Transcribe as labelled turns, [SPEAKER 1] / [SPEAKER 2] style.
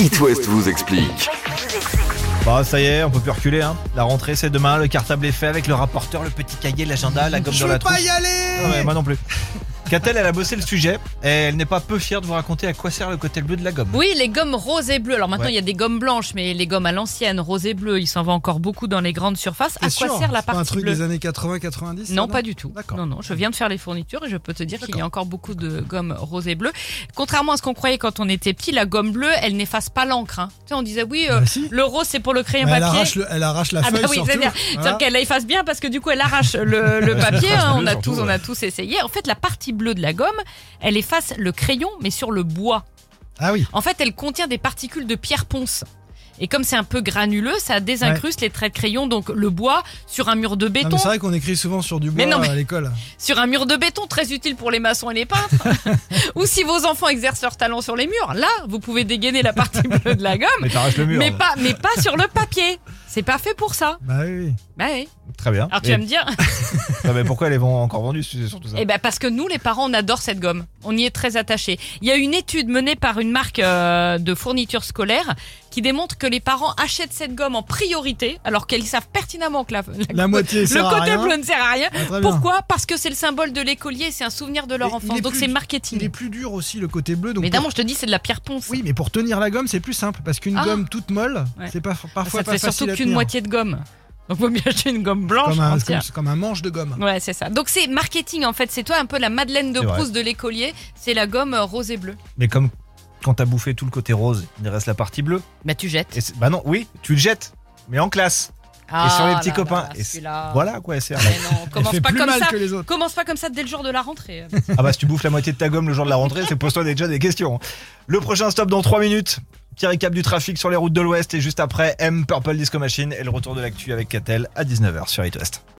[SPEAKER 1] It West vous explique.
[SPEAKER 2] Bah ça y est, on peut plus reculer. Hein. La rentrée c'est demain, le cartable est fait avec le rapporteur, le petit cahier, l'agenda, la gomme
[SPEAKER 3] Je
[SPEAKER 2] dans la
[SPEAKER 3] veux
[SPEAKER 2] trousse.
[SPEAKER 3] pas y aller
[SPEAKER 2] Ah ouais, moi non plus. Catel, elle a bossé le sujet et elle n'est pas peu fière de vous raconter à quoi sert le cocktail bleu de la gomme.
[SPEAKER 4] Oui, les gommes roses et bleues. Alors maintenant,
[SPEAKER 2] Ouais.
[SPEAKER 4] il y a des gommes blanches, mais les gommes à l'ancienne, roses et bleues, il s'en va encore beaucoup dans les grandes surfaces.
[SPEAKER 3] T'es
[SPEAKER 4] À quoi
[SPEAKER 3] sûr
[SPEAKER 4] sert la
[SPEAKER 3] C'est pas un
[SPEAKER 4] partie
[SPEAKER 3] truc
[SPEAKER 4] bleue
[SPEAKER 3] des années 80-90
[SPEAKER 4] Non, pas du tout.
[SPEAKER 3] D'accord.
[SPEAKER 4] Non, non, je viens de faire les fournitures et je peux te dire qu'il y a
[SPEAKER 3] D'accord.
[SPEAKER 4] encore beaucoup de gomme rose et bleue. Contrairement à ce qu'on croyait quand on était petit, la gomme bleue, elle n'efface pas l'encre. hein. Tu sais, on disait oui, euh,
[SPEAKER 3] Bah si.
[SPEAKER 4] le rose c'est pour le crayon
[SPEAKER 3] Mais Elle
[SPEAKER 4] papier.
[SPEAKER 3] arrache, le- elle arrache la
[SPEAKER 4] Ah bah
[SPEAKER 3] feuille
[SPEAKER 4] oui,
[SPEAKER 3] surtout.
[SPEAKER 4] c'est-à-dire
[SPEAKER 3] Voilà.
[SPEAKER 4] C'est-à-dire qu'elle efface bien parce que du coup elle arrache le, le papier. hein, on a tous, on a tous essayé. En fait, la partie bleue de la gomme, elle efface le crayon, mais sur le bois.
[SPEAKER 3] Ah oui.
[SPEAKER 4] En fait, elle contient des particules de pierre ponce. Et comme c'est un peu granuleux, ça désincruste les traits de crayon, donc le bois sur un mur de
[SPEAKER 3] Non,
[SPEAKER 4] béton.
[SPEAKER 3] mais c'est vrai qu'on écrit souvent sur du bois
[SPEAKER 4] Mais non, mais-
[SPEAKER 3] à l'école.
[SPEAKER 4] sur un mur de béton, très utile pour les maçons et les peintres. Ou si vos enfants exercent leur talent sur les murs, là, vous pouvez dégainer la partie bleue de la gomme,
[SPEAKER 2] Mais t'arraches le mur.
[SPEAKER 4] mais pas, mais pas sur le papier. C'est pas fait pour ça.
[SPEAKER 3] Bah oui. oui.
[SPEAKER 4] Bah oui.
[SPEAKER 2] Très bien.
[SPEAKER 4] Alors tu
[SPEAKER 2] Et-
[SPEAKER 4] vas me dire,
[SPEAKER 2] Non, mais pourquoi elles vont encore vendues c'est surtout ça
[SPEAKER 4] Eh ben parce que nous, les parents, on adore cette gomme. On y est très attachés. Il y a une étude menée par une marque euh, de fournitures scolaires qui démontre que les parents achètent cette gomme en priorité, alors qu'ils savent pertinemment que la,
[SPEAKER 3] La moitié,
[SPEAKER 4] le
[SPEAKER 3] sert à
[SPEAKER 4] côté
[SPEAKER 3] rien.
[SPEAKER 4] bleu ne sert à rien.
[SPEAKER 3] Ah, très bien.
[SPEAKER 4] Pourquoi Parce que c'est le symbole de l'écolier, c'est un souvenir de leur
[SPEAKER 3] Mais il
[SPEAKER 4] enfance,
[SPEAKER 3] est
[SPEAKER 4] donc
[SPEAKER 3] plus-
[SPEAKER 4] c'est
[SPEAKER 3] Il est
[SPEAKER 4] marketing.
[SPEAKER 3] plus dur aussi le côté bleu. Donc
[SPEAKER 4] Mais évidemment, je te dis, c'est de la pierre ponce.
[SPEAKER 3] Oui, mais pour tenir la gomme, c'est plus simple parce qu'une
[SPEAKER 4] Ah.
[SPEAKER 3] gomme toute molle,
[SPEAKER 4] Ouais.
[SPEAKER 3] c'est pas parfois
[SPEAKER 4] ça te
[SPEAKER 3] pas
[SPEAKER 4] fait
[SPEAKER 3] facile
[SPEAKER 4] surtout
[SPEAKER 3] à
[SPEAKER 4] qu'une
[SPEAKER 3] tenir.
[SPEAKER 4] moitié de gomme. Donc vaut mieux acheter une gomme blanche
[SPEAKER 3] Comme un,
[SPEAKER 4] entière.
[SPEAKER 3] comme- comme un manche de gomme.
[SPEAKER 4] Ouais, c'est ça. Donc c'est marketing en fait. C'est toi un peu la Madeleine de
[SPEAKER 2] C'est vrai.
[SPEAKER 4] Proust de l'écolier. C'est la gomme euh, rose et bleue.
[SPEAKER 2] Mais comme quand t'as bouffé tout le côté rose, il reste la partie bleue.
[SPEAKER 4] Bah tu jettes.
[SPEAKER 2] Et c'est- bah non, oui, tu le jettes, mais en classe. sur les petits
[SPEAKER 4] Ah là
[SPEAKER 2] copains.
[SPEAKER 4] là,
[SPEAKER 2] Et c'est-
[SPEAKER 4] celui-là.
[SPEAKER 2] Voilà à quoi elle sert.
[SPEAKER 4] Mais non,
[SPEAKER 3] Elle
[SPEAKER 4] commence
[SPEAKER 3] fait
[SPEAKER 4] pas
[SPEAKER 3] plus
[SPEAKER 4] comme
[SPEAKER 3] mal
[SPEAKER 4] ça.
[SPEAKER 3] que les autres.
[SPEAKER 4] Commence pas comme ça dès le jour de la rentrée.
[SPEAKER 2] Ah bah si tu bouffes la moitié de ta gomme le jour de la rentrée, c'est pose-toi déjà des questions. Le prochain stop dans 3 minutes. Petit récap du trafic sur les routes de l'Ouest et juste après M Purple Disco Machine et le retour de l'actu avec Catel à 19h sur It West.